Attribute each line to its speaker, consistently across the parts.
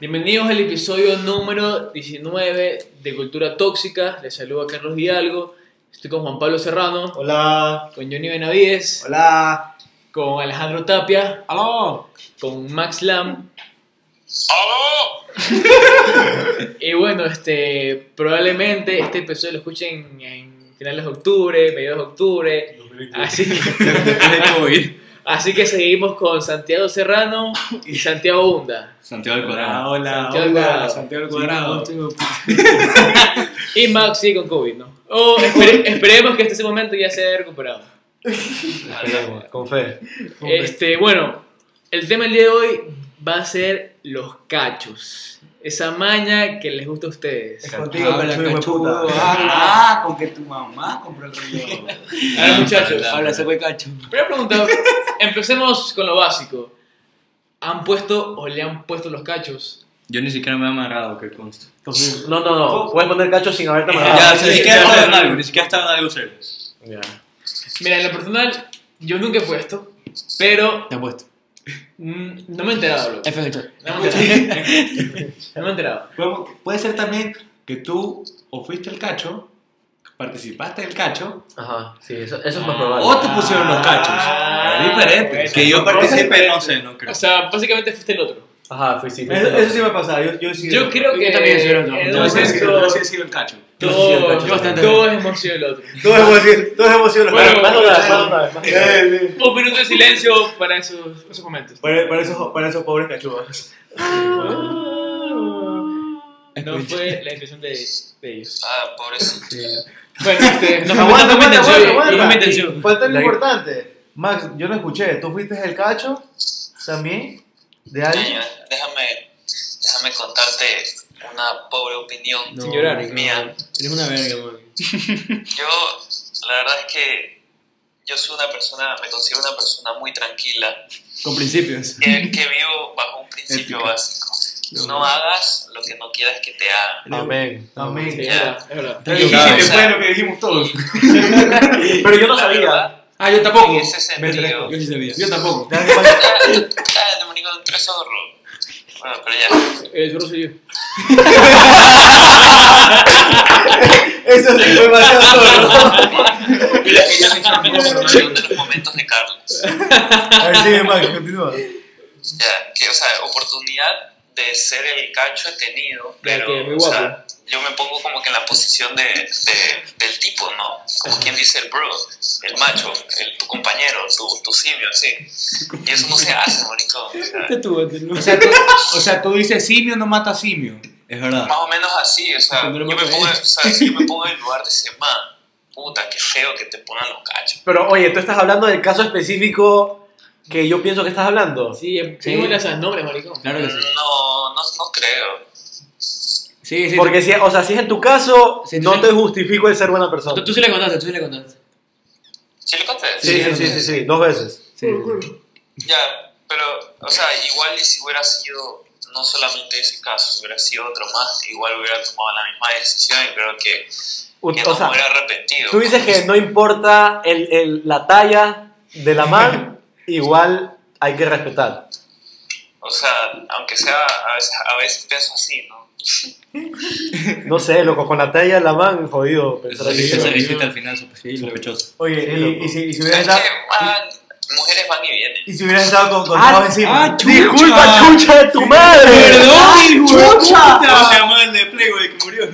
Speaker 1: Bienvenidos al episodio número 19 de Cultura Tóxica. Les saludo a Carlos Hidalgo. Estoy con Juan Pablo Serrano,
Speaker 2: Hola.
Speaker 1: con Johnny Benavides,
Speaker 2: Hola.
Speaker 1: con Alejandro Tapia,
Speaker 2: Aló.
Speaker 1: con Max Lam.
Speaker 3: ¡Aló!
Speaker 1: Y bueno, este, probablemente este episodio lo escuchen en finales de octubre, mediados de octubre. Así que, así que seguimos con Santiago Serrano y Santiago Hunda.
Speaker 4: Santiago del
Speaker 2: Hola,
Speaker 4: Cuadrado.
Speaker 2: hola.
Speaker 1: Santiago al cuadrado.
Speaker 2: Santiago al cuadrado.
Speaker 1: Y Max sigue con COVID, ¿no? O espere- esperemos que hasta ese momento ya se haya recuperado.
Speaker 2: Esperemos, Con fe.
Speaker 1: Este, bueno, el tema del día de hoy va a ser los cachos. Esa maña que les gusta a ustedes.
Speaker 2: Contigo, cachudo, hijo de puta.
Speaker 5: Ah,
Speaker 1: Ah.
Speaker 6: Habla, con que tu mamá compró el reloj.
Speaker 1: A ver, muchachos.
Speaker 4: Habla.
Speaker 6: Habla, se fue cacho.
Speaker 1: Primera pregunta, empecemos con lo básico. ¿Han puesto o le han puesto los cachos?
Speaker 4: Yo ni siquiera me he amarrado, que consta.
Speaker 2: No, no, no. Puedes poner cacho sin haberte amarrado.
Speaker 4: ya,
Speaker 1: sí,
Speaker 4: o sea, ni
Speaker 1: sí,
Speaker 4: siquiera
Speaker 1: ya,
Speaker 4: estaba en
Speaker 1: ya.
Speaker 4: algo, ni siquiera estaba en algo serio.
Speaker 2: Ya.
Speaker 1: Mira, en lo personal, yo nunca he puesto, pero
Speaker 6: Te puesto.
Speaker 1: mm, no me he enterado, bro.
Speaker 6: F del chat.
Speaker 1: No me he enterado. No me he enterado.
Speaker 5: Podemos- Puede ser también que tú o fuiste el cacho, participaste del cacho,
Speaker 2: Ajá. Sí, eso, eso es más probable.
Speaker 5: o te pusieron los cachos.
Speaker 1: Ah,
Speaker 5: es diferente.
Speaker 1: bueno.
Speaker 4: Que yo participe, no sé, no creo.
Speaker 1: O sea, básicamente fuiste el otro.
Speaker 2: Ajá, fui sí. fui
Speaker 5: Eso,
Speaker 2: yo.
Speaker 5: eso sí me ha pasado. Yo, yo sí.
Speaker 1: Yo creo que.
Speaker 6: Yo también soy el otro.
Speaker 1: en
Speaker 5: Yo
Speaker 1: un
Speaker 5: sí he sido-
Speaker 1: momento-
Speaker 5: yo sí he sido el cacho.
Speaker 2: Yo sí soy el
Speaker 1: Todos,
Speaker 2: cacho.
Speaker 6: bastante.
Speaker 1: todos hemos sido el otro.
Speaker 5: Todos hemos sido, todos hemos sido los
Speaker 1: Bueno,
Speaker 2: Más
Speaker 1: bueno,
Speaker 2: una vez, más una vez, más una vez.
Speaker 1: Un minuto de silencio para esos, esos momentos.
Speaker 5: Para, para esos, para esos pobres cachubas.
Speaker 1: No fue la intención de, de ellos.
Speaker 3: Ah, pobrecito.
Speaker 1: Bueno, este, no, no fue
Speaker 5: Aguanta,
Speaker 1: mi
Speaker 5: aguanta,
Speaker 1: intención.
Speaker 5: aguanta,
Speaker 1: no fue mi
Speaker 5: aguanta.
Speaker 1: intención.
Speaker 2: Falta algo
Speaker 5: La-
Speaker 2: importante. Max, yo no escuché. ¿Tú fuiste el cacho? ¿También? ¿De alguien?
Speaker 3: Niño, déjame, déjame contarte una pobre opinión
Speaker 1: Sin llorar.
Speaker 3: mía.
Speaker 6: Eres una verga, man.
Speaker 3: Yo, la verdad es que yo soy una persona, me considero una persona muy tranquila,
Speaker 6: Con principios.
Speaker 3: que, que vivo bajo un principio
Speaker 6: Ética.
Speaker 3: básico.
Speaker 6: No.
Speaker 3: No hagas lo que no quieras que te hagan.
Speaker 2: Amén.
Speaker 1: Sí,
Speaker 2: Amén.
Speaker 1: es verdad, es verdad.
Speaker 3: Yo
Speaker 4: claro,
Speaker 3: o sea,
Speaker 5: lo que dijimos todos.
Speaker 2: Pero yo no
Speaker 3: la
Speaker 2: sabía.
Speaker 3: verdad,
Speaker 5: Ah, yo
Speaker 3: En
Speaker 5: tampoco.
Speaker 3: ese
Speaker 5: Me
Speaker 3: sentido.
Speaker 5: entrego.
Speaker 6: Yo sí sabía.
Speaker 5: Yo tampoco.
Speaker 3: Ah, ah, Dominico, tú eres zorro. Bueno, pero ya.
Speaker 1: El zorro soy yo.
Speaker 2: Eso sí fue demasiado solo.
Speaker 3: Mira, que ya me información de los momentos de Carlos.
Speaker 2: A ver, sigue Max, continúa.
Speaker 3: Ya, que, o sea, oportunidad de ser el cacho he tenido, pero,
Speaker 1: que muy
Speaker 3: o
Speaker 1: guapo.
Speaker 3: sea, yo me pongo como que en la posición de, de- del tipo, ¿no? Como quien dice el bro, el macho, el, tu compañero, tu, tu simio, sí. Y eso no se hace, maricón. o sea,
Speaker 6: Te tuvo, te tuvo.
Speaker 5: O sea, tú, o sea, tú dices simio no mata simio.
Speaker 4: Es verdad.
Speaker 3: más o menos así, o sea, yo
Speaker 6: Cuando lo
Speaker 3: me
Speaker 6: mato,
Speaker 3: pongo,
Speaker 6: eh.
Speaker 3: o sea, si yo me pongo en el lugar de ese man. Puta, qué feo que te pongan los cachos.
Speaker 2: Pero oye, tú estás hablando del caso específico que yo pienso que estás hablando.
Speaker 1: Sí, sí. bueno, esos nombres, maricón.
Speaker 6: Claro que sí.
Speaker 3: No, no, no creo.
Speaker 6: Sí, sí.
Speaker 2: Porque si, o sea, si es en tu caso,
Speaker 6: Sí,
Speaker 2: no
Speaker 6: sí.
Speaker 2: te justifico el ser buena persona.
Speaker 6: Tú, tú sí le contaste, tú sí le contaste.
Speaker 3: ¿Sí le conté?
Speaker 2: Sí, sí, sí, sí, sí, dos veces.
Speaker 6: Sí.
Speaker 3: Ya, pero, o sea, igual y si hubiera sido no solamente ese caso, si hubiera sido otro más, igual hubiera tomado la misma decisión y creo que,
Speaker 2: O,
Speaker 3: que
Speaker 2: o
Speaker 3: no
Speaker 2: sea,
Speaker 3: me hubiera arrepentido.
Speaker 2: tú dices que no importa el, el- la talla de la man, igual hay que respetar.
Speaker 3: O sea, aunque sea, a veces, a veces pienso así, ¿no?
Speaker 2: No sé, loco, con la talla de la man, jodido pensar
Speaker 4: Eso sí,
Speaker 2: así.
Speaker 4: eso
Speaker 2: ¿no?
Speaker 4: sí, sí, al final, sospe-
Speaker 6: Sí,
Speaker 4: sospechoso.
Speaker 5: Oye,
Speaker 2: Sí, loco.
Speaker 5: y, y si, y si hubieras
Speaker 3: Es
Speaker 5: estado,
Speaker 3: que van, mujeres van y vienen.
Speaker 5: y si hubieras estado con, con
Speaker 2: Ah,
Speaker 5: todos encima.
Speaker 6: ah, chucha.
Speaker 2: Disculpa, chucha de tu madre. Ah,
Speaker 6: ¡Ay, chucha!
Speaker 4: ¿Cómo se llamó el Ah, de Plego de que murió?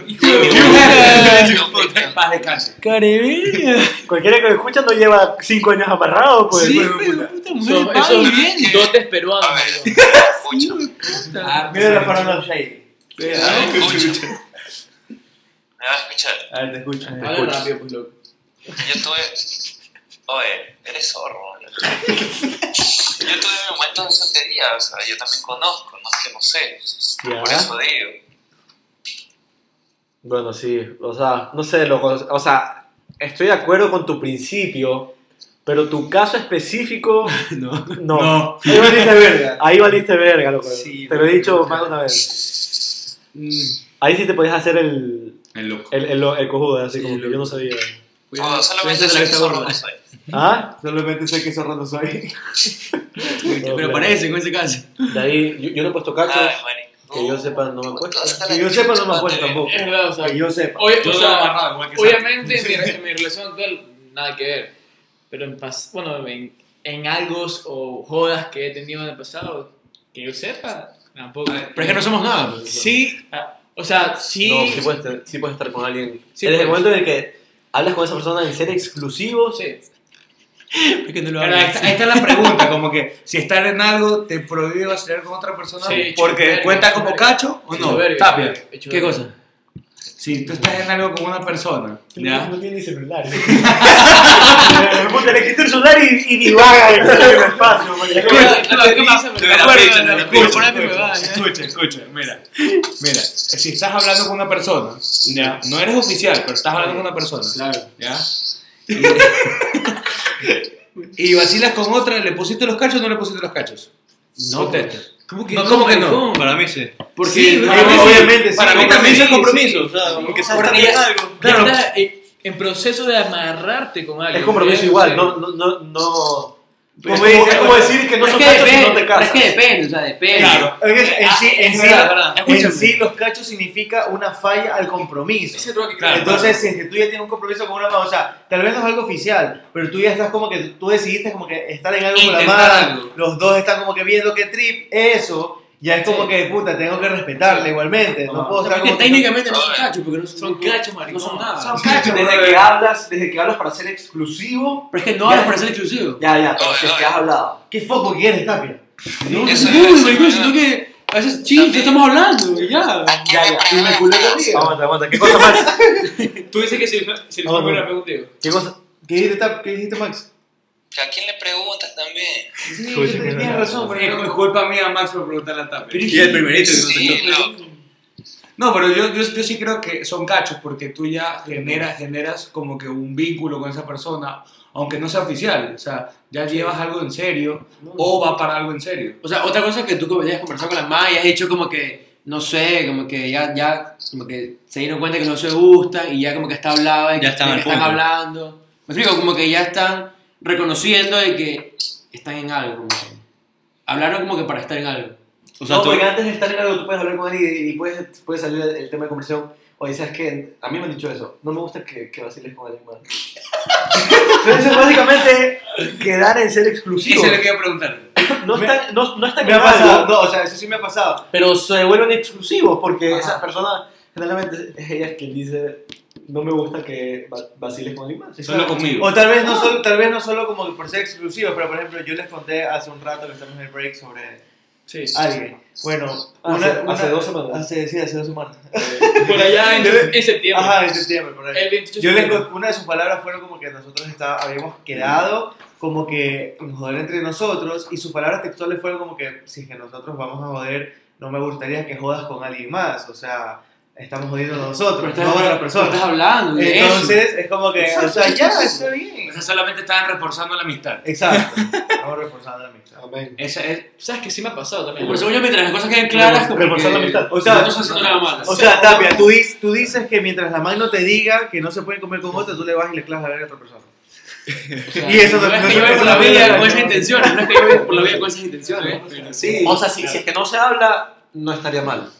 Speaker 5: En paz descanse.
Speaker 6: Carebeña.
Speaker 2: Cualquiera que lo escucha no lleva cinco años amarrado, pues.
Speaker 6: Sí,
Speaker 2: Pues,
Speaker 6: pero puta mujer.
Speaker 1: Son,
Speaker 6: va
Speaker 1: esos
Speaker 6: y viene.
Speaker 1: dotes
Speaker 3: A
Speaker 1: peruanos.
Speaker 3: ver,
Speaker 1: maricón.
Speaker 3: escucha,
Speaker 6: Ah,
Speaker 5: Mira la parada Shady.
Speaker 2: Ah,
Speaker 3: escucha. Me vas a escuchar.
Speaker 5: A ver, te escucho. Te
Speaker 1: Habla
Speaker 5: escucho.
Speaker 1: rápido, pues, loco.
Speaker 3: Yo tuve. Oye, eres zorro. boludo. Yo tuve momentos de soltería, o sea, yo también conozco, no es que no sé.
Speaker 2: Ya.
Speaker 3: Por eso digo.
Speaker 2: Bueno, sí, o sea, no sé, loco, o sea, estoy de acuerdo con tu principio, pero tu caso específico,
Speaker 6: No.
Speaker 2: no.
Speaker 4: No.
Speaker 2: Ahí valiste verga. Ahí valiste verga, loco.
Speaker 6: Sí,
Speaker 2: te lo he dicho
Speaker 6: loco.
Speaker 2: más de una vez.
Speaker 6: Mm,
Speaker 2: Ahí sí te podías hacer el,
Speaker 4: El loco.
Speaker 2: el, el, el cojudo, así
Speaker 6: Sí,
Speaker 2: como que
Speaker 6: loco.
Speaker 2: yo no sabía.
Speaker 6: cuidado.
Speaker 3: Oh, solamente
Speaker 6: Cuidado, la
Speaker 3: sé que
Speaker 6: vista
Speaker 3: zorro
Speaker 6: gorda.
Speaker 3: no soy.
Speaker 2: ¿Ah?
Speaker 5: Solamente sé que zorro no soy.
Speaker 6: Pero parece, con ese caso.
Speaker 2: De ahí, yo, yo no he puesto cachos.
Speaker 3: Ay, marico.
Speaker 2: Que yo sepa, ah, no me acuerdo.
Speaker 3: Puta,
Speaker 2: Que yo sepa, no me acuerdo tampoco.
Speaker 1: Es verdad, o sea,
Speaker 2: Que yo sepa.
Speaker 1: Oye,
Speaker 4: Yo
Speaker 1: o
Speaker 4: soy
Speaker 1: sea,
Speaker 4: amarrado, igual que
Speaker 1: obviamente en, mi, en mi relación actual nada que ver, pero en pas- bueno, en, en algo o jodas que he tenido en el pasado, que yo sepa, tampoco.
Speaker 5: Pero es que no somos nada. pues.
Speaker 1: Sí, ah, o sea, sí.
Speaker 2: No, sí puedes, te- sí puedes estar con alguien.
Speaker 1: Sí
Speaker 2: Desde el
Speaker 1: puedes.
Speaker 2: momento en el que hablas con esa persona en ser exclusivos.
Speaker 1: sí.
Speaker 6: Es que no lo
Speaker 1: Pero
Speaker 6: hagas.
Speaker 1: ahí está-
Speaker 5: Ahí está la pregunta, como que si estar en algo te prohíbe salir con otra persona
Speaker 1: Sí,
Speaker 5: porque
Speaker 1: chuparle,
Speaker 5: cuenta como
Speaker 1: chuparle.
Speaker 5: cacho o
Speaker 1: Hecho
Speaker 5: Oh, no.
Speaker 1: verga,
Speaker 5: Tapia,
Speaker 1: hecho verga.
Speaker 6: ¿Qué cosa?
Speaker 5: si tú estás en algo con una persona, ¿ya?
Speaker 2: tiene ni celular. Le quito el celular y, y divaga en el espacio.
Speaker 1: Escucha, no, ¿qué más?
Speaker 4: De la fecha, de la
Speaker 1: Escucha,
Speaker 4: fecha.
Speaker 1: ponete huevada, ya.
Speaker 5: Escucha, escucha, mira. Mira, si estás hablando con una persona, ¿ya? No eres oficial, pero estás hablando con una persona,
Speaker 6: Claro.
Speaker 5: ¿ya? Y, y vacilas con otra, ¿le pusiste los cachos o no le pusiste los cachos? No, contesta.
Speaker 6: ¿Cómo
Speaker 5: No, ¿cómo que no?
Speaker 6: maricón?
Speaker 4: Para mí sí.
Speaker 6: Porque
Speaker 5: Sí,
Speaker 6: no,
Speaker 5: para mí sí.
Speaker 2: obviamente, sí.
Speaker 4: Para mí también
Speaker 5: compromiso,
Speaker 4: es compromiso. O sea, como que sabes
Speaker 1: Porque
Speaker 4: también
Speaker 1: ya-
Speaker 4: algo.
Speaker 1: Ya
Speaker 5: Claro.
Speaker 1: estás, eh, en proceso de amarrarte con alguien.
Speaker 2: Es compromiso
Speaker 1: ¿sí?
Speaker 2: igual,
Speaker 1: Sí.
Speaker 2: no, no, no, no.
Speaker 6: Pero
Speaker 2: Como
Speaker 6: es como-
Speaker 2: dice- es como decir que no
Speaker 6: Pero
Speaker 2: son
Speaker 6: es que
Speaker 2: cachos y no
Speaker 6: depende,
Speaker 2: te
Speaker 6: pero es
Speaker 2: casas.
Speaker 6: que depende, o sea, depende.
Speaker 4: Claro.
Speaker 7: Es que
Speaker 2: Ah,
Speaker 7: en sí, en
Speaker 6: es
Speaker 7: sí,
Speaker 6: verdad, verdad.
Speaker 7: en
Speaker 6: Escúchame.
Speaker 7: sí los cachos significa una falla al compromiso.
Speaker 1: Ese truco que
Speaker 4: Claro.
Speaker 7: Entonces, si es que tú ya tienes un compromiso con una mano, o sea, tal vez no es algo oficial, pero tú ya estás como que, tú decidiste como que estar en algo con la
Speaker 6: Intentar
Speaker 7: mano,
Speaker 6: algo.
Speaker 7: los dos están como que viendo qué trip, eso, ya es como
Speaker 1: Sí.
Speaker 7: que, puta, tengo que respetarla igualmente, no
Speaker 6: O
Speaker 7: puedo
Speaker 6: sea,
Speaker 7: estar
Speaker 6: porque
Speaker 7: como que-
Speaker 6: técnicamente no son cachos, porque no son,
Speaker 1: Son cachos, maricón.
Speaker 6: No son nada.
Speaker 7: Son cachos,
Speaker 2: Desde
Speaker 7: brother.
Speaker 2: que hablas, desde que hablas para ser exclusivo.
Speaker 6: Pero es que no hablas para ser exclusivo.
Speaker 2: Ya, ya, pero
Speaker 3: Oye,
Speaker 2: si es
Speaker 3: oye.
Speaker 2: que has hablado.
Speaker 7: ¿Qué foco quieres, Tapia?
Speaker 6: No,
Speaker 3: Eso es-
Speaker 6: uy,
Speaker 3: eso
Speaker 6: maricón,
Speaker 3: es-
Speaker 6: sino que a veces ching, ya estamos hablando, ya.
Speaker 2: Ya, ya, y me culé contigo. Aguanta, aguanta, ¿qué cosa más?
Speaker 1: Tú dices que si, si el
Speaker 7: No, no.
Speaker 1: fuego era peor contigo.
Speaker 2: ¿Qué cosa?
Speaker 7: ¿Qué dijiste, Tap? ¿Qué dijiste, Max?
Speaker 3: Que ¿A quién le preguntas también?
Speaker 7: Sí,
Speaker 2: Escucha,
Speaker 7: tienes
Speaker 2: mira.
Speaker 7: razón,
Speaker 5: Es
Speaker 7: pero...
Speaker 5: como culpa mía, Max, por preguntarle a Tapia.
Speaker 4: Y el primerito que
Speaker 3: Sí,
Speaker 4: contestó.
Speaker 3: loco.
Speaker 5: No, pero yo, yo, yo sí creo que son cachos porque tú ya generas, generas como que un vínculo con esa persona, aunque no sea oficial. O sea, ya llevas algo en serio o va para algo en serio.
Speaker 6: O sea, otra cosa es que tú como ya has conversado con la mamá y has hecho como que, no sé, como que ya, ya, como que se dieron cuenta que no se gustan y ya como que está hablado de que,
Speaker 4: Ya están
Speaker 6: de que
Speaker 4: al
Speaker 6: están
Speaker 4: punto.
Speaker 6: hablando. Me explico, como que ya están reconociendo de que están en algo. Como que. Hablaron como que para estar en algo.
Speaker 4: O sea,
Speaker 2: no,
Speaker 4: tú.
Speaker 2: porque antes de estar en algo, tú puedes hablar con él y, y puedes, puede salir el, el tema de conversación. Oye, ¿sabes qué? A mí me han dicho eso. No me gusta que, que vaciles con alguien más. Entonces, básicamente, quedar en ser exclusivo.
Speaker 5: quería preguntar.
Speaker 2: No están, no, no están
Speaker 7: Me
Speaker 2: en
Speaker 7: ha pasado,
Speaker 2: algo,
Speaker 7: no, o sea, eso sí me ha pasado.
Speaker 2: pero se vuelven exclusivos porque
Speaker 7: Ajá.
Speaker 2: esa persona, generalmente, es ella quien dice, no me gusta que va- vaciles con alguien más.
Speaker 5: Solo conmigo.
Speaker 7: O tal vez no solo, tal vez no solo como que por ser exclusivos, pero por ejemplo, yo les conté hace un rato que estamos en el break sobre
Speaker 1: Sí.
Speaker 6: Ah,
Speaker 7: alguien. Bueno,
Speaker 2: Hace-
Speaker 7: una-
Speaker 2: hace dos
Speaker 7: una-
Speaker 2: semanas.
Speaker 7: hace, sí, hace dos semanas.
Speaker 1: Por allá en, en septiembre.
Speaker 7: Ajá, en septiembre, por ahí.
Speaker 1: El 28
Speaker 7: Yo
Speaker 1: de
Speaker 7: les
Speaker 1: septiembre.
Speaker 7: con- una de sus palabras fueron como que nosotros estaba- habíamos quedado como que en joder entre nosotros y sus palabras textuales fueron como que si es que nosotros vamos a joder, no me gustaría que jodas con alguien más, o sea, estamos jodiendo
Speaker 6: Pero
Speaker 7: nosotros,
Speaker 6: estás,
Speaker 7: no otra
Speaker 6: estás
Speaker 7: persona.
Speaker 6: hablando de eso.
Speaker 7: Entonces es como que, o sea, ya, está bien.
Speaker 5: O sea, solamente estaban reforzando la amistad.
Speaker 7: Exacto. Estamos reforzando la amistad.
Speaker 5: Esa es,
Speaker 1: ¿Sabes que sí me ha pasado también?
Speaker 6: Por según yo, mientras las cosas queden claras, como
Speaker 2: Reforzar la
Speaker 6: que
Speaker 2: amistad.
Speaker 7: O sea,
Speaker 6: no estás haciendo nada malo.
Speaker 7: O sea, Tapia, tú, dis- tú dices que mientras la man no te diga que no se puede comer con otra, tú le vas y le clavas a ver a otra persona.
Speaker 6: O sea,
Speaker 7: y eso
Speaker 6: no,
Speaker 7: no-
Speaker 6: es
Speaker 7: no
Speaker 6: que
Speaker 7: se
Speaker 6: yo veo por
Speaker 7: puede
Speaker 6: la
Speaker 7: saber,
Speaker 6: vida
Speaker 7: ¿no?
Speaker 6: con esas intenciones, no es que yo veo por la vida con esas intenciones. pero
Speaker 2: Sí. O sea, si, si es que no se habla, no estaría mal.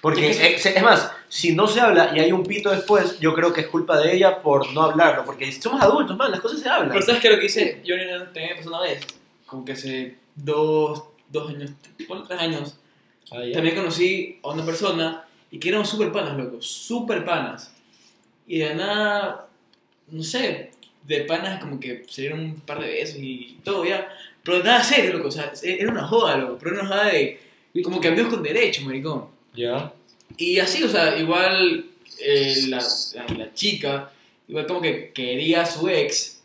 Speaker 2: Porque,
Speaker 6: Es que-
Speaker 2: eh, se- es más, si no se habla y hay un pito después, yo creo que es culpa de ella por no hablarlo. Porque somos adultos, man, las cosas se hablan.
Speaker 1: Pero ¿sabes qué lo que hice? Yo ni nada, también me pasó una vez. Como que hace dos, dos años, bueno, tres años. También conocí a una persona y que éramos súper panas, loco. Súper panas. Y de nada, no sé, de panas como que se dieron un par de besos y todo ya. Pero nada serio, loco. O sea, era una joda, loco. Pero era una joda de... Como que amigos con derecho, maricón.
Speaker 2: Ya.
Speaker 1: Y así, o sea, igual eh, la, la- la chica, igual como que quería a su ex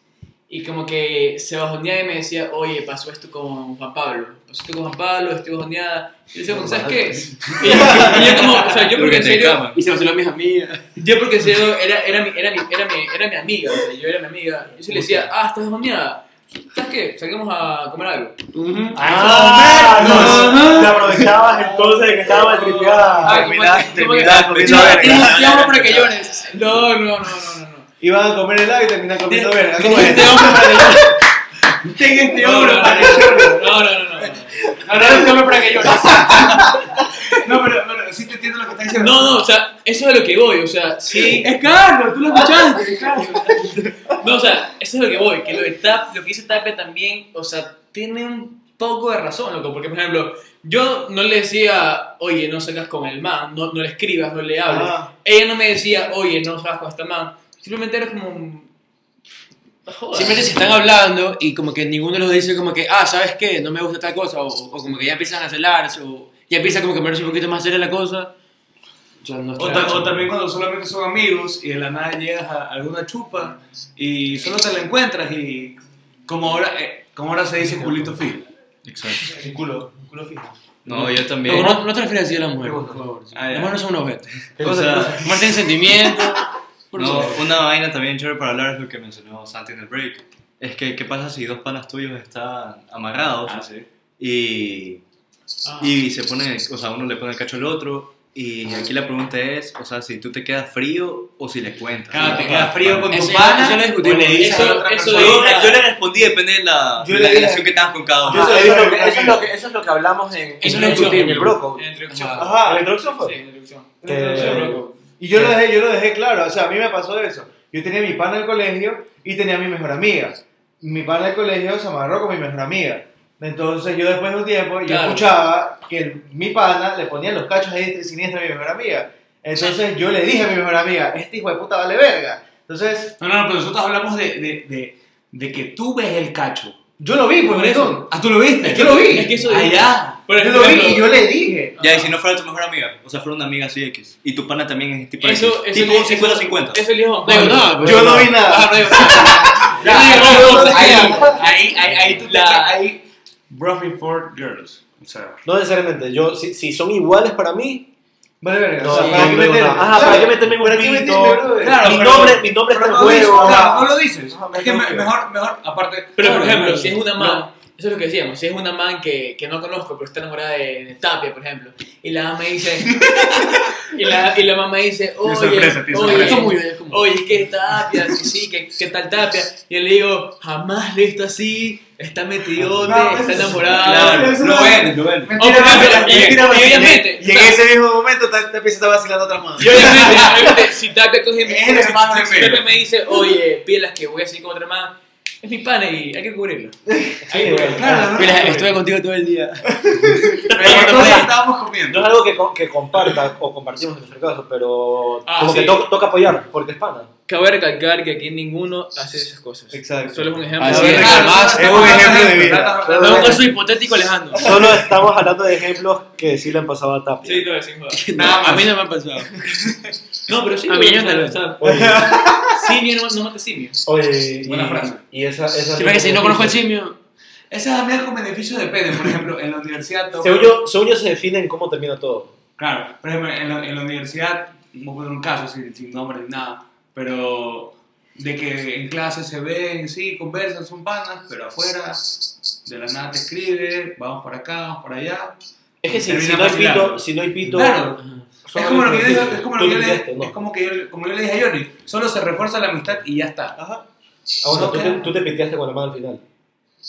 Speaker 1: y como que se bajoneaba y me decía, oye, pasó esto con Juan Pablo, pasó esto con Juan Pablo, estoy bajoneada. Y yo decía, "Bueno, ¿sabes qué? Y yo, y yo como, o sea, yo
Speaker 4: Lo
Speaker 1: porque
Speaker 4: que
Speaker 1: en
Speaker 4: te
Speaker 1: serio,
Speaker 4: encama.
Speaker 6: Y se lo a mis amigas.
Speaker 1: yo porque en serio era, era, mi, era, mi, era, mi, era mi amiga, o sea, yo era mi amiga. Yo sí le decía, ah, estás bajoneada. ¿Sabes qué? Salgamos a comer algo.
Speaker 2: Ah,
Speaker 7: Ah,
Speaker 2: no,
Speaker 7: no.
Speaker 2: Te aprovechabas entonces de que estaba maltripeada.
Speaker 1: Ah,
Speaker 7: Terminaste,
Speaker 1: ¿cómo que-
Speaker 7: terminaste
Speaker 1: ¿cómo que-
Speaker 7: comiendo verga.
Speaker 1: Tienes que amo para que llores. No, no, no, no, no. no.
Speaker 7: Iban a comer helado y terminan comiendo verga. ¿Cómo
Speaker 1: Ten
Speaker 7: es?
Speaker 1: este hombre para
Speaker 7: Ten este
Speaker 1: No, no,
Speaker 7: hombre
Speaker 1: no, no,
Speaker 7: para
Speaker 1: no, no, no, no, no.
Speaker 5: No, no, no, solo para que llores. No, pero, pero sí te entiendo lo que estás diciendo.
Speaker 1: No, no, o sea, eso es a lo que voy, o sea, sí,
Speaker 5: Es Carlos, tú lo escuchaste. es Carlos.
Speaker 1: no, o sea, eso es a lo que voy, que lo, de Tap- lo que dice Tape también, o sea, tiene un poco de razón, loco, porque por ejemplo, yo no le decía, oye, no salgas con el man, no, no le escribas, no le hables,
Speaker 7: Ah,
Speaker 1: ella no me decía, oye, no salgas con esta man, simplemente era como... un- "No jodas".
Speaker 6: Simplemente se están hablando y como que ninguno los dice como que, ah, ¿sabes qué? No me gusta tal cosa. O, o como que ya empiezan a celarse o ya empieza como que a ponerse un poquito más seria la cosa. O sea, no
Speaker 5: O,
Speaker 6: está-
Speaker 5: ta- o también cuando solamente son amigos y de la nada llegas a alguna chupa y solo te la encuentras y como ahora, eh, como ahora se dice culito fijo.
Speaker 8: Exacto.
Speaker 7: un culo, un culo fijo.
Speaker 8: No, yo
Speaker 6: No,
Speaker 8: también.
Speaker 6: no, no te refieres así a la mujer, por favor.
Speaker 8: Ah, ya.
Speaker 6: Las mujeres no son un objeto.
Speaker 8: O sea,
Speaker 6: Las mujeres tienen sentimiento. por
Speaker 8: no,
Speaker 6: favor.
Speaker 8: una vaina también chévere para hablar es lo que mencionó Santi en el break. Es que, ¿qué pasa si dos panas tuyos están amarrados y, y se pone, o sea, uno le pone el cacho al otro? Y aquí la pregunta es, o sea, si tú te quedas frío o si le cuentas.
Speaker 5: Claro, te
Speaker 8: Ah,
Speaker 5: quedas frío con
Speaker 6: Eso
Speaker 5: tu
Speaker 6: ya-
Speaker 5: pana
Speaker 6: eso lo discutimos.
Speaker 5: o le dices a
Speaker 1: Eso-
Speaker 5: la otra
Speaker 1: eso
Speaker 5: persona.
Speaker 1: digo.
Speaker 8: Yo, yo le respondí, depende de la, de
Speaker 7: Yo le
Speaker 8: la
Speaker 7: dije-
Speaker 8: relación que tengas con cada uno.
Speaker 2: Ah,
Speaker 7: Yo
Speaker 2: eso,
Speaker 7: soy-
Speaker 2: es lo que, eso es lo que, eso es lo que hablamos en,
Speaker 6: Eso
Speaker 2: en,
Speaker 6: lo
Speaker 2: el,
Speaker 6: discutimos.
Speaker 2: en el Broco.
Speaker 1: En la introducción.
Speaker 6: Ajá.
Speaker 7: Ajá,
Speaker 2: ¿La introducción
Speaker 1: Sí, en
Speaker 2: fue?
Speaker 1: la introducción.
Speaker 7: La introducción,
Speaker 2: Eh,
Speaker 7: loco. Y yo lo, dejé, yo lo dejé claro, o sea, a mí me pasó eso. Yo tenía mi pana del colegio y tenía a mi mejor amiga. Mi pana del colegio se amarró con mi mejor amiga. Entonces yo después de un tiempo, yo
Speaker 1: Claro.
Speaker 7: escuchaba que mi pana le ponía los cachos a diestra y siniestra a mi mejor amiga. Entonces yo le dije a mi mejor amiga, este hijo de puta vale verga. Entonces
Speaker 5: No, no, no, pero nosotros hablamos de, de, de, de que tú ves el cacho.
Speaker 7: yo lo vi, pues,
Speaker 1: Por eso.
Speaker 7: maricón.
Speaker 5: Ah, tú lo viste.
Speaker 7: Es que lo vi.
Speaker 1: Es que eso digo.
Speaker 5: Allá.
Speaker 1: Por
Speaker 7: Yo lo
Speaker 1: ejemplo,
Speaker 7: vi y yo le dije.
Speaker 8: Ya, y si no fuera tu mejor amiga, o sea, fuera una amiga así X. Y tu pana también es tipo X.
Speaker 1: eso, eso,
Speaker 8: tipo
Speaker 1: eso-
Speaker 8: 50-50.
Speaker 1: Eso elijo Juan
Speaker 6: No digo
Speaker 1: Pablo.
Speaker 6: nada, pero-
Speaker 7: Yo no vi
Speaker 6: Ah,
Speaker 7: nada.
Speaker 6: no digo nada.
Speaker 5: Ya,
Speaker 1: no, no, no,
Speaker 5: ahí,
Speaker 1: no.
Speaker 5: ahí, ahí, ahí tú te
Speaker 1: La-
Speaker 5: tra- ahí. Bro Before Girls. O sea,
Speaker 2: No necesariamente, yo, si, si son iguales para mí,
Speaker 7: Vale verga. o
Speaker 2: no,
Speaker 7: sea,
Speaker 2: no
Speaker 7: ¿para qué
Speaker 2: digo
Speaker 7: meterme?
Speaker 2: nada. Ajá,
Speaker 7: O sea,
Speaker 2: ¿para qué meterme en un
Speaker 7: ¿para qué
Speaker 2: pito?
Speaker 7: meterme, brother?
Speaker 5: Claro,
Speaker 2: mi,
Speaker 5: pero-
Speaker 2: nombre, mi nombre está
Speaker 5: pero
Speaker 2: en
Speaker 5: no, dices,
Speaker 2: juego.
Speaker 5: claro,
Speaker 2: ajá.
Speaker 5: no lo dices.
Speaker 2: Ajá,
Speaker 5: Es que
Speaker 2: no,
Speaker 5: me-
Speaker 2: no.
Speaker 5: mejor, mejor, aparte.
Speaker 1: Pero por
Speaker 6: Claro,
Speaker 1: ejemplo,
Speaker 6: claro.
Speaker 1: si es una man,
Speaker 6: No.
Speaker 1: eso es lo que decíamos, si es una man que, que no conozco, pero está enamorada de, de Tapia, por ejemplo, y la mamá me dice, y la, y la mamá me dice, oye,
Speaker 5: sorpresa, tiene
Speaker 1: oye,
Speaker 6: Es como yo, es como yo.
Speaker 1: oye, es que Tapia, que sí, que, que tal Tapia, y yo le digo, jamás lo he visto así, está metidote,
Speaker 7: No, eso
Speaker 1: está
Speaker 7: es-
Speaker 1: enamorada.
Speaker 7: Claro.
Speaker 8: Lo ven, lo ven.
Speaker 1: Oh, pero- pero- y- y obviamente,
Speaker 7: Y en ese mismo momento te, te empiezas a vacilar a otra mano.
Speaker 1: y obviamente, obviamente, si Tapia coge mi
Speaker 5: Es el hermano de
Speaker 1: si Tapia
Speaker 5: Pedro.
Speaker 1: me dice, oye, pilas que voy a seguir con otra man, es mi pana y hay que cubrirlo. Hay que cubrirlo.
Speaker 5: Claro, no,
Speaker 6: Mira,
Speaker 5: no,
Speaker 6: estuve contigo todo el día.
Speaker 5: Pero entonces estábamos comiendo.
Speaker 2: No es algo que, co- que comparta o compartimos en nuestro caso, pero
Speaker 1: Ah,
Speaker 2: como
Speaker 1: sí.
Speaker 2: que to- toca apoyar, porque es pana.
Speaker 1: Cabe recalcar que aquí ninguno hace esas cosas.
Speaker 7: Exacto.
Speaker 1: Solo es un ejemplo. Ah,
Speaker 6: Así
Speaker 1: de-
Speaker 6: es,
Speaker 5: Claro,
Speaker 6: además,
Speaker 5: no,
Speaker 7: es
Speaker 5: no,
Speaker 7: un
Speaker 5: no,
Speaker 7: ejemplo
Speaker 5: no,
Speaker 7: de vida.
Speaker 5: no, no,
Speaker 2: Pero-
Speaker 5: no,
Speaker 6: No, un caso hipotético, Alejandro.
Speaker 2: Solo estamos hablando de ejemplos que sí le han pasado a Tapia.
Speaker 1: Sí, no, sin joder.
Speaker 6: No, a mí no me han pasado.
Speaker 1: No, pero sí.
Speaker 6: A mí yo
Speaker 1: o
Speaker 6: no Ah,
Speaker 1: sea,
Speaker 6: lo-
Speaker 1: o sea,
Speaker 2: Oye,
Speaker 1: Simio no, no mata simio.
Speaker 2: oye, y-
Speaker 5: Buena frase.
Speaker 2: Y esa, esa
Speaker 6: Siempre que si no conozco el simio,
Speaker 5: Esas amigas con beneficio dependen, E, por ejemplo, en la universidad. todo-
Speaker 2: Según yo, según yo se define en cómo termina todo.
Speaker 5: Claro, por ejemplo, en la, en la universidad, no voy a poner un caso sin, sin nombre ni nada, pero de que en clase se ven, sí, conversan, son panas, pero afuera, de la nada te escribe, vamos para acá, vamos para allá.
Speaker 2: Es que si,
Speaker 5: Termina
Speaker 2: si no hay
Speaker 5: vacilando.
Speaker 2: pito, si no hay pito.
Speaker 5: Claro,
Speaker 2: solo
Speaker 5: es como lo que yo,
Speaker 2: hay-
Speaker 5: digo- es como lo que yo le,
Speaker 2: Tú no.
Speaker 5: es como que yo- como yo le dije a Johnny, solo se refuerza la amistad y ya está.
Speaker 7: Ajá.
Speaker 2: Ah, bueno,
Speaker 5: No
Speaker 2: tú, te,
Speaker 5: queda.
Speaker 2: tú te piteaste con la mano al final.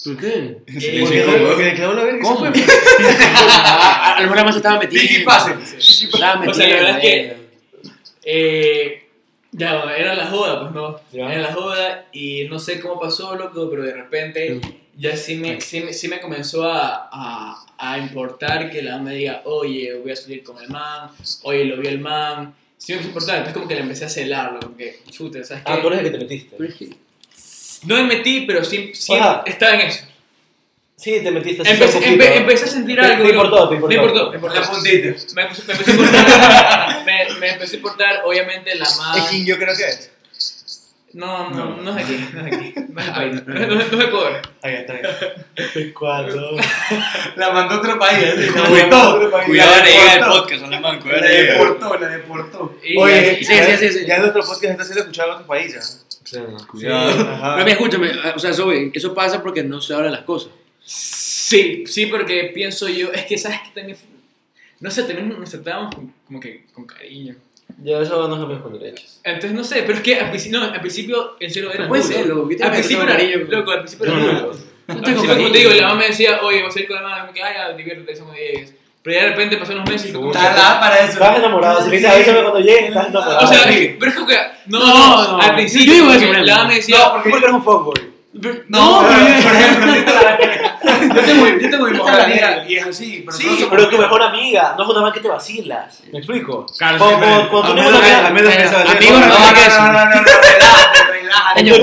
Speaker 6: ¿por qué?
Speaker 1: Eh,
Speaker 7: Porque le- porque le clavó la verga. y se
Speaker 6: ¿Cómo?
Speaker 7: fue.
Speaker 6: A a- a lo mejor más estaba metido.
Speaker 5: Digi pase.
Speaker 6: Estaba metido.
Speaker 1: O sea, la verdad es que- eh, ya, bueno, era la joda, pues no.
Speaker 2: Ya.
Speaker 1: Era la joda y no sé cómo pasó, loco, pero de repente ya sí me, sí me, sí me comenzó a, a, a importar que la mamá diga, oye, voy a salir con el man, oye, lo vi el man. Sí me importaba, entonces como que le empecé a celarlo, como que, chuta, ¿sabes qué?
Speaker 2: Ah, tú eres el que te metiste.
Speaker 1: No me metí, pero sí, sí
Speaker 2: Ajá.
Speaker 1: estaba en eso.
Speaker 2: Sí, te metiste. así
Speaker 1: Empecé,
Speaker 2: un
Speaker 1: empe-
Speaker 2: poquito.
Speaker 1: empecé a sentir
Speaker 2: Te-
Speaker 1: algo.
Speaker 2: te
Speaker 1: loco.
Speaker 2: importó, te importó.
Speaker 1: Me importó, me
Speaker 5: Por
Speaker 1: importó.
Speaker 5: la puntita.
Speaker 1: Me empecé, me empecé a importar. me, me empecé a importar, obviamente, la
Speaker 7: Es
Speaker 1: más.
Speaker 7: quien yo creo que es.
Speaker 1: No, no, no es aquí, no es aquí. No es Ecuador. No es Ecuador.
Speaker 7: Ahí está.
Speaker 2: Cuatro.
Speaker 5: La mandó a otro país, ¿eh? la
Speaker 8: Cuidado,
Speaker 5: deportó.
Speaker 8: Cuidado,
Speaker 5: la
Speaker 8: le llega el
Speaker 5: deportó.
Speaker 8: podcast, Alemán, cuidado,
Speaker 5: La
Speaker 8: le llega.
Speaker 5: deportó, la deportó.
Speaker 1: Y-
Speaker 7: Oye,
Speaker 6: sí, sí, sí, sí.
Speaker 7: ya nuestro podcast está siendo escuchado en otros países.
Speaker 8: Cuidado.
Speaker 7: Ajá.
Speaker 6: Pero mira, escúchame, o sea, eso, eso pasa porque no se hablan las cosas.
Speaker 1: Sí, sí, porque pienso yo, es que sabes que también. fue- No sé, también nos tratábamos con- como que con cariño.
Speaker 2: Ya, eso no es lo mismo con derechos.
Speaker 1: Entonces, no sé, pero es que al principio, no, al principio en serio era
Speaker 6: Puede ser, loco, ¿qué te
Speaker 1: Al
Speaker 6: parece
Speaker 1: principio
Speaker 6: con
Speaker 1: era
Speaker 6: cariño?
Speaker 1: loco, al principio era duro.
Speaker 6: No
Speaker 1: Así fue como te digo, la mamá me decía, oye, vas a ir con la mamá, como que, ay, ya, diviértete, somos 10. Pero ya de repente pasaron unos meses y fue como que-
Speaker 5: Tarda para eso.
Speaker 2: Estás enamorado, si me dices avísame cuando llegues, estás enamorado.
Speaker 1: O sea,
Speaker 5: sí.
Speaker 1: pero es como que, no, no,
Speaker 6: no.
Speaker 1: al principio,
Speaker 6: Yo digo
Speaker 1: como
Speaker 6: eso,
Speaker 1: que
Speaker 6: por
Speaker 1: la
Speaker 6: ejemplo.
Speaker 1: mamá me decía,
Speaker 2: ¿por qué eres un fuckboy?
Speaker 5: No,
Speaker 6: No,
Speaker 5: pero,
Speaker 6: pero-
Speaker 5: por ejemplo, yo tengo, yo tengo mi mejor amiga y es así, pero
Speaker 2: Sí,
Speaker 5: no se
Speaker 2: pero tu mejor amiga, no es una man que te vacilas. ¿Me explico?
Speaker 5: Claro,
Speaker 2: Cuando-
Speaker 5: sí,
Speaker 2: cuando-
Speaker 5: claro.
Speaker 2: cuando tú
Speaker 7: menos
Speaker 2: tienes una amiga-
Speaker 7: a menos que se vaya.
Speaker 6: Amigos,
Speaker 7: No,
Speaker 6: no,
Speaker 7: no,
Speaker 6: no,
Speaker 7: no, no, no, no,
Speaker 1: Ah,
Speaker 6: Amigo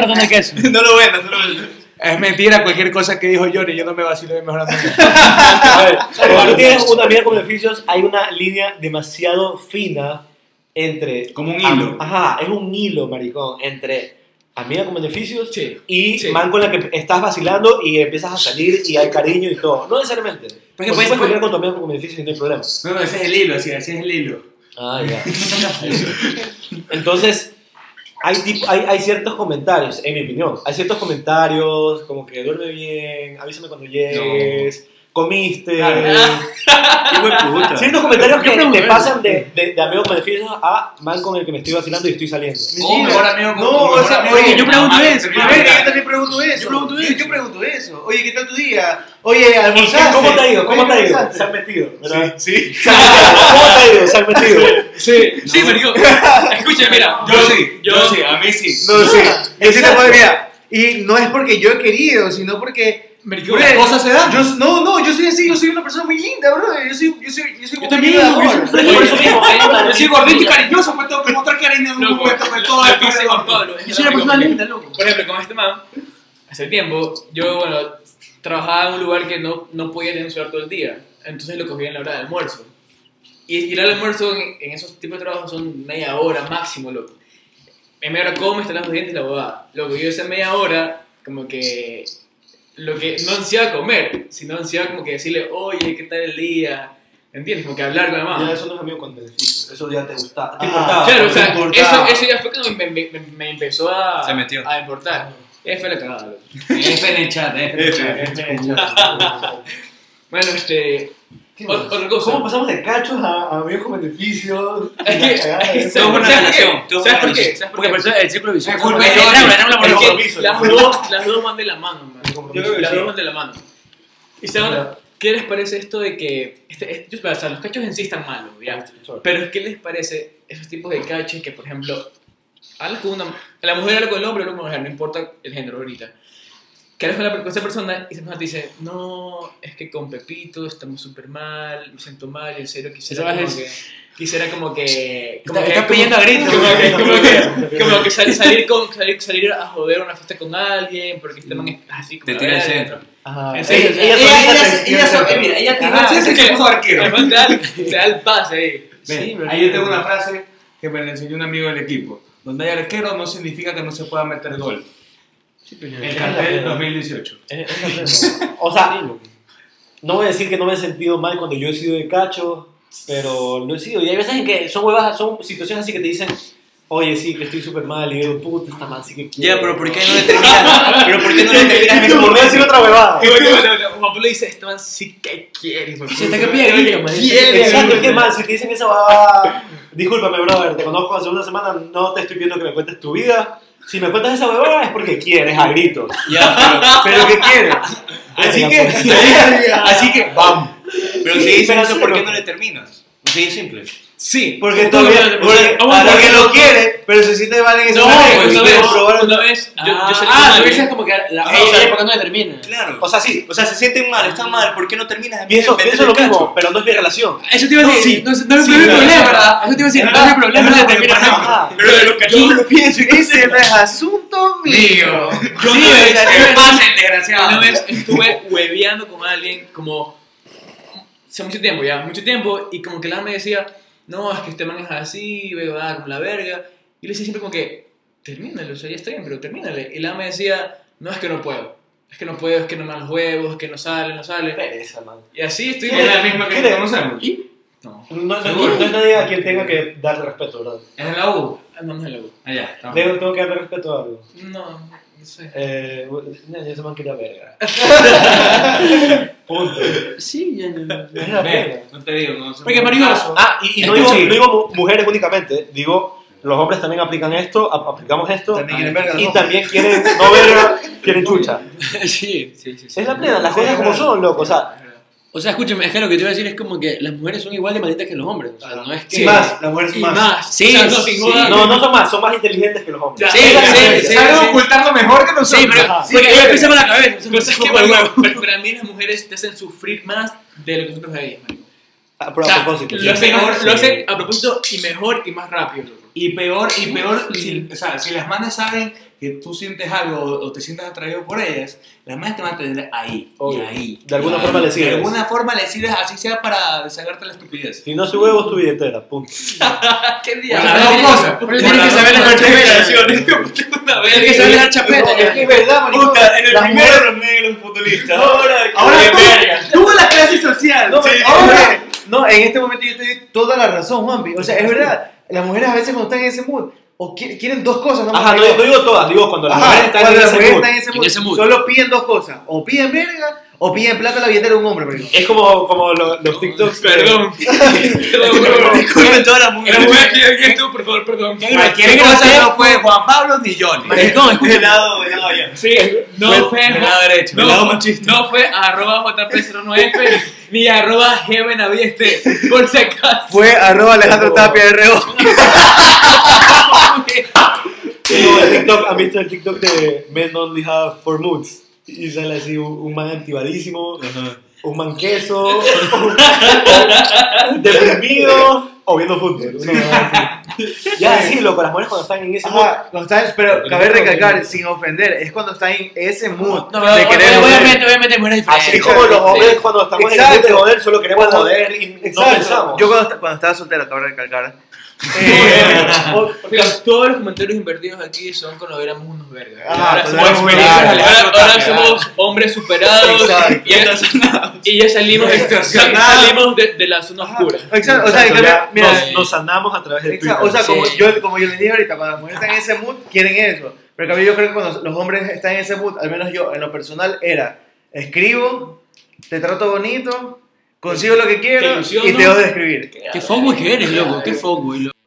Speaker 6: ratón de queso.
Speaker 5: No lo ven, no lo ven. Es mentira cualquier cosa que dijo Johnny, yo no me vacilo de mi mejor amiga.
Speaker 2: A ver, cuando tú tienes una amiga con beneficios, hay una línea demasiado fina entre.
Speaker 5: Como un hilo.
Speaker 2: Ajá, es un hilo, maricón, entre amiga con beneficios
Speaker 1: Sí,
Speaker 2: y
Speaker 1: sí.
Speaker 2: man con la que estás vacilando y empiezas a salir y hay cariño y todo. No necesariamente. Porque
Speaker 6: Porque
Speaker 2: puedes
Speaker 6: puedes-
Speaker 2: pelear con tu amiga con beneficios y no hay problema.
Speaker 5: No, no, ese es el hilo, así, así es el hilo.
Speaker 2: Ah, ya. Entonces, hay, tip- hay, hay ciertos comentarios, en mi opinión. Hay ciertos comentarios como que duerme bien, avísame cuando llegues, comiste.
Speaker 8: Qué buen puta.
Speaker 2: Ciertos comentarios que
Speaker 6: Yo
Speaker 2: te
Speaker 6: pregunto,
Speaker 2: pasan de, de, de amigo con beneficios a man con el que me estoy vacilando y estoy saliendo.
Speaker 5: O Oh, mejor amigo Ah,
Speaker 7: No, o sea, oye, yo
Speaker 6: pregunto eso,
Speaker 7: A ver, yo también pregunto eso. Yo pregunto eso. Yo pregunto eso. Oye, ¿qué tal tu día? Oye, ¿almorzaste?
Speaker 2: ¿Cómo te ha ido? ¿Cómo
Speaker 7: Oye,
Speaker 2: te ha ido?
Speaker 7: ¿almorzaste?
Speaker 2: Se han metido, ¿verdad?
Speaker 7: Sí.
Speaker 2: ¿Cómo te ha ido? Se han metido.
Speaker 1: sí, sí, marico. Escucha, mira,
Speaker 5: Yo sí, yo
Speaker 1: yo-
Speaker 5: sí, a mí sí.
Speaker 7: No, sí. Yo sí te puedo mira, Y no es porque yo he querido, sino porque.
Speaker 1: marico,
Speaker 7: Brother,
Speaker 5: cosas se dan.
Speaker 7: Yo, no, no, yo soy así, yo soy una persona muy linda, bro. Yo soy, yo soy, yo soy muy
Speaker 5: también,
Speaker 7: ayudador.
Speaker 5: yo soy un
Speaker 1: oye, hay una-
Speaker 5: Yo soy gordito y cariñoso, pues tengo que mostrar cariño en un
Speaker 1: Loco,
Speaker 5: momento con
Speaker 1: la-
Speaker 5: todo
Speaker 1: la
Speaker 5: el
Speaker 1: pizza con todo,
Speaker 5: piso.
Speaker 1: lo-
Speaker 6: Yo soy una persona
Speaker 1: porque-
Speaker 6: linda, loco.
Speaker 1: Por ejemplo, con este man, hace tiempo, yo, bueno, trabajaba en un lugar que no, no podía tener un celular todo el día. Entonces lo cogía en la hora del almuerzo. Y ir al almuerzo en, en esos tipos de trabajos son media hora máximo, loco. En media hora comes, te lavas los dientes y la bobada. Loco, yo esa media hora, como que. Lo que no ansiaba comer, sino ansiaba como que decirle, oye, ¿qué tal el día? ¿Entiendes? Como que hablar con la mamá.
Speaker 2: Ya, eso no es amigo con beneficios. Eso ya te gusta. Te
Speaker 7: Ah,
Speaker 2: importaba.
Speaker 1: Claro, o
Speaker 2: Te
Speaker 1: sea, eso,
Speaker 2: importaba.
Speaker 1: eso ya fue cuando me, me- me- me empezó a,
Speaker 8: Se metió.
Speaker 1: a importar. F la cagada. loco.
Speaker 6: F en el chat, F.
Speaker 1: Bueno, este.
Speaker 2: ¿Qué
Speaker 1: o-
Speaker 2: más?
Speaker 1: Otra cosa.
Speaker 2: ¿Cómo pasamos de cachos a, a amigos con beneficios?
Speaker 1: Es que-
Speaker 2: La cagada,
Speaker 1: es-
Speaker 2: eso.
Speaker 8: Tengo una
Speaker 1: ¿Sabes por qué?
Speaker 8: relación, tengo
Speaker 1: ¿Sabes
Speaker 8: una
Speaker 1: por qué?
Speaker 8: relación.
Speaker 1: ¿Sabes por
Speaker 6: Porque
Speaker 1: qué?
Speaker 6: por eso el círculo vicioso.
Speaker 5: Es culpa de
Speaker 6: Era-
Speaker 5: Johnny.
Speaker 6: era una
Speaker 1: Porque
Speaker 6: buena-
Speaker 1: las dos, las dos van de la mano, man.
Speaker 2: Yo creo que
Speaker 1: Las
Speaker 2: sí.
Speaker 1: dos van de la mano. ¿Y saben
Speaker 2: Claro.
Speaker 1: qué les parece esto de que.? Este, este- o sea, los cachos en sí están malos,
Speaker 6: Ah,
Speaker 1: ya. Pero ¿qué les parece esos tipos de cachos que, por ejemplo, hablas con una. La mujer habla con el hombre, habla con la mujer, no importa el género ahorita. Que hablas con, la, con esa persona y esa persona te dice, no, es que con Pepito estamos súper mal, me siento mal, en serio, quisiera
Speaker 6: Esa
Speaker 1: como
Speaker 6: es-
Speaker 1: que. Quisiera como que. Como
Speaker 6: Está-
Speaker 1: que
Speaker 6: está pidiendo a gritos.
Speaker 1: Como que, como que, como que sal- salir, con, salir, salir a joder a una fiesta con alguien, porque este man es así como.
Speaker 8: Te tira el
Speaker 1: "Ay,
Speaker 8: centro".
Speaker 2: Ajá.
Speaker 1: En
Speaker 2: Ella,
Speaker 1: serio,
Speaker 2: ella,
Speaker 6: Ella-
Speaker 2: solita
Speaker 6: ella-
Speaker 2: te-
Speaker 6: ella-
Speaker 2: te- Ah,
Speaker 6: mira, ella tiró-
Speaker 1: Ajá,
Speaker 5: Ese
Speaker 1: que-
Speaker 5: se puso arquero.
Speaker 1: el man te da, te da el pase ahí.
Speaker 5: Ven,
Speaker 6: pero-
Speaker 5: ahí yo tengo una frase que me la enseñó un amigo del equipo. Donde hay arquero no significa que no se pueda meter gol. El cartel 2018.
Speaker 2: Eh, eh, no. O sea, no voy a decir que no me he sentido mal cuando yo he sido de cacho, pero lo he sido. Y hay veces en que son huevas, son situaciones así que te dicen, oye, sí, que estoy súper mal, y digo, puta, esta man sí que
Speaker 8: Ya,
Speaker 2: quiere".
Speaker 8: pero ¿por qué no determinas? ¿Pero por qué no determinas en
Speaker 2: Y
Speaker 8: ese
Speaker 2: volví a
Speaker 8: momento?
Speaker 2: decir otra huevada.
Speaker 1: Y bueno, bueno, bueno, Juan Pablo dice, este man sí que quiere. hijo de
Speaker 6: Se está
Speaker 1: puta".
Speaker 6: que pide grito, man.
Speaker 2: Exacto, es que man, si te dicen esa huevada, discúlpame, brother, te conozco hace una semana, no te estoy pidiendo que me cuentes tu vida. Si me cuentas esa huevada es porque quieres, a gritos.
Speaker 8: Ya, pero, pero ¿qué quieres?
Speaker 2: Así que,
Speaker 7: pues.
Speaker 8: Así que, vamos. Pero si dices
Speaker 2: pero
Speaker 8: eso,
Speaker 2: sí,
Speaker 8: ¿por qué
Speaker 2: loco.
Speaker 8: no determinas? Así de simple.
Speaker 1: Sí.
Speaker 7: Porque
Speaker 1: Justo lo que
Speaker 7: todavía.
Speaker 1: me- o
Speaker 7: Porque,
Speaker 1: sea, vamos,
Speaker 7: porque
Speaker 1: porque-
Speaker 7: lo quiere, pero se siente mal en ese
Speaker 1: No,
Speaker 7: momento.
Speaker 1: pues,
Speaker 7: y
Speaker 1: una
Speaker 7: quiere
Speaker 1: vez,
Speaker 7: probar-
Speaker 1: una vez, yo, yo salí
Speaker 6: Ah,
Speaker 1: mal,
Speaker 6: pero esa
Speaker 1: ¿eh?
Speaker 6: es como que la
Speaker 8: Ah,
Speaker 6: ella-
Speaker 8: o sea-
Speaker 6: ella ¿por qué no determina?
Speaker 8: Claro.
Speaker 2: o sea, sí,
Speaker 8: O sea, se sienten mal, están mal, ¿por qué no terminas?
Speaker 2: pienso,
Speaker 8: Vete
Speaker 2: pienso
Speaker 8: al
Speaker 2: lo mismo,
Speaker 8: cacho.
Speaker 2: pero no es mi relación.
Speaker 6: Eso te iba a
Speaker 8: No,
Speaker 6: decir,
Speaker 8: sí.
Speaker 6: no, es- no es
Speaker 8: Sí,
Speaker 6: el
Speaker 8: claro,
Speaker 6: problema,
Speaker 8: es
Speaker 6: ¿verdad? Eso te iba a decir, no es el problema
Speaker 8: Es
Speaker 6: de
Speaker 8: verdad,
Speaker 6: determinar.
Speaker 2: Ajá.
Speaker 8: Pero de los
Speaker 7: Yo
Speaker 8: cachorros.
Speaker 7: lo pienso y ese no es asunto mío.
Speaker 6: Yo
Speaker 1: Sí,
Speaker 6: no
Speaker 1: es-
Speaker 6: determino.
Speaker 1: es-
Speaker 6: Pasa el
Speaker 1: Una
Speaker 6: desgraciado.
Speaker 1: vez estuve hueveando con alguien como hace mucho tiempo ya, mucho tiempo, y como que la me decía, no, es que este man es así, ¿verdad? Como la verga. Y le decía siempre como que, termínale, o sea, ya está bien, pero termínale. Y la me decía, no, es que no puedo, es que no puedo, es que no me dan los huevos, es que no sale, no sale.
Speaker 2: Pereza, man.
Speaker 1: Y así estoy...
Speaker 5: Es la misma que
Speaker 2: ¿Quiere?
Speaker 5: conocemos.
Speaker 1: No,
Speaker 2: No, no, no, no es nadie a quien tenga que darle respeto, ¿verdad?
Speaker 5: Es en la U.
Speaker 1: no me lo
Speaker 5: Allá,
Speaker 7: Ah.
Speaker 5: estamos.
Speaker 2: Tengo, tengo que darle respeto a algo.
Speaker 1: No, no sé.
Speaker 2: Eh, no, ese man quería verga. Punto.
Speaker 6: Sí, ya no.
Speaker 2: Es una
Speaker 5: Ve,
Speaker 2: verga.
Speaker 5: no te digo, no sé.
Speaker 6: Porque, marico,
Speaker 2: Ah, y, y no digo, no digo mu- mujeres únicamente, digo los hombres también aplican esto, ap- aplicamos esto.
Speaker 7: También quieren verga,
Speaker 2: y
Speaker 7: ¿no?
Speaker 2: también quieren no verga, quieren chucha.
Speaker 3: sí, sí, sí.
Speaker 2: Es la plena, las cosas como son, loco. O sea,
Speaker 3: O sea, escúchame, es que lo que te iba a decir es como que las mujeres son igual de malditas que los hombres. O sea, no es que.
Speaker 7: Sí, más, la mujer es
Speaker 1: Y
Speaker 7: más.
Speaker 1: más.
Speaker 3: Sí,
Speaker 1: O sea, no,
Speaker 3: sí,
Speaker 1: sin joda.
Speaker 2: no, no son más, son más inteligentes que los hombres.
Speaker 1: Ya,
Speaker 3: Sí,
Speaker 1: eh,
Speaker 3: sí,
Speaker 1: eh,
Speaker 3: sí,
Speaker 1: eh,
Speaker 5: Saben
Speaker 1: eh,
Speaker 5: ocultarlo mejor que nosotros.
Speaker 3: Sí, pero.
Speaker 2: Ajá.
Speaker 3: Porque ellas piensan con la cabeza.
Speaker 1: Pero sabes que,
Speaker 3: Como el
Speaker 1: marico,
Speaker 3: huevo.
Speaker 1: pero para mí las mujeres te hacen sufrir más de lo que nosotros a ellas, marico.
Speaker 2: A,
Speaker 1: O
Speaker 2: pro- a
Speaker 1: sea,
Speaker 2: propósito.
Speaker 1: lo hacen, mejor- lo hacen a propósito y mejor y más rápido. loco.
Speaker 5: Y peor, y peor, si, o sea, si las manas saben que tú sientes algo o, o te sientas atraído por ellas, las manas te van a tener ahí,
Speaker 2: Obvio.
Speaker 5: y ahí.
Speaker 2: De alguna
Speaker 5: y
Speaker 2: forma
Speaker 5: ahí.
Speaker 2: le sigues.
Speaker 5: De alguna forma le sirves, así sea para sacarte la estupidez.
Speaker 2: Si no su huevo, tu billetera, punto.
Speaker 1: ¿Qué
Speaker 5: Por
Speaker 1: día?
Speaker 5: las dos cosas.
Speaker 3: Pero tienes que saber las
Speaker 8: relaciones.
Speaker 1: Una vez.
Speaker 3: Tienes que saber las
Speaker 2: No, es
Speaker 3: chapetas.
Speaker 2: que es verdad, marico.
Speaker 8: Puta, en el
Speaker 2: Las
Speaker 8: primero los negros futbolistas. Ahora,
Speaker 7: Ahora
Speaker 8: qué
Speaker 7: tú-
Speaker 8: verga.
Speaker 7: Tuvo la clase social.
Speaker 8: Sí.
Speaker 7: Ahora, no, en este momento yo te doy toda la razón, Juanpi. O sea, es verdad. Las mujeres a veces cuando están en ese mood, o qui- quieren dos cosas, ¿no?
Speaker 2: Ajá, no, no digo todas, digo cuando las
Speaker 7: Ajá,
Speaker 2: mujeres están
Speaker 7: Ah, cuando
Speaker 2: en
Speaker 7: las
Speaker 2: ese
Speaker 7: mujeres
Speaker 2: mood.
Speaker 7: están en ese
Speaker 3: en
Speaker 7: mood,
Speaker 3: ese mood.
Speaker 7: solo piden dos cosas. O piden verga, o piden plata a la billetera de un hombre, marico.
Speaker 2: Es como, como lo- los TikToks.
Speaker 1: Perdón. Perdón, perdón.
Speaker 8: Disculpen todas las
Speaker 1: Era
Speaker 8: mujeres.
Speaker 1: muy aquí, aquí estuvo, por favor, perdón.
Speaker 5: Cualquier cosa no fue Juan Pablo ni Johnny.
Speaker 3: Maricón,
Speaker 8: Del
Speaker 3: escúchame.
Speaker 8: lado, del lado allá.
Speaker 1: Sí, no fue.
Speaker 5: Del lado derecho.
Speaker 1: No,
Speaker 8: del lado machista.
Speaker 1: no fue arroba JP09F ni arroba GBNavieste, por si acaso.
Speaker 7: Fue arroba Alejandro Tapia RO.
Speaker 2: Sí, o el TikTok, ¿han visto el TikTok de Men Only Have Four Moods? Y sale así un, un man activadísimo, un man queso, un- o- deprimido o viendo fútbol. una vaina así. Ya, sí, loco, las mujeres cuando están en ese mood.
Speaker 7: Ajá, cuando están- pero cabe recalcar, sin ofender, es cuando están en ese mood
Speaker 3: No,
Speaker 7: de querer.
Speaker 3: obviamente, obviamente, mujeres
Speaker 2: Así
Speaker 3: diferentes.
Speaker 2: como los hombres cuando estamos en el mood de
Speaker 7: Exacto.
Speaker 2: joder, solo queremos
Speaker 7: Cuando-
Speaker 2: joder y no
Speaker 7: Exacto.
Speaker 2: pensamos.
Speaker 7: Yo cuando, cuando estaba soltero, cabe recalcar.
Speaker 1: Eh, porque todos los comentarios invertidos aquí son cuando éramos unos vergas.
Speaker 7: Ah,
Speaker 1: ahora,
Speaker 7: cuando
Speaker 1: somos,
Speaker 7: éramos
Speaker 1: ahora-
Speaker 7: vergas.
Speaker 1: ahora- ahora somos hombres superados
Speaker 7: Exacto.
Speaker 1: y ya, y ya salimos, sal- salimos de, de la
Speaker 3: Ah,
Speaker 1: zona oscura.
Speaker 7: Exacto, o sea, en
Speaker 2: Exacto,
Speaker 7: cambio,
Speaker 2: ya
Speaker 7: mira,
Speaker 2: nos, nos sanamos a través de Twitter.
Speaker 7: Exacto, o sea, como,
Speaker 3: Sí.
Speaker 7: yo, como yo les dije ahorita, cuando las mujeres están en ese mood, quieren eso. Pero en cambio, yo creo que cuando los hombres están en ese mood, al menos yo, en lo personal, era: escribo, te trato bonito, consigo lo que quiero
Speaker 1: ilusiono.
Speaker 7: y te dejo de escribir.
Speaker 3: Qué fuckboy que eres, loco. Qué fuckboy, loco.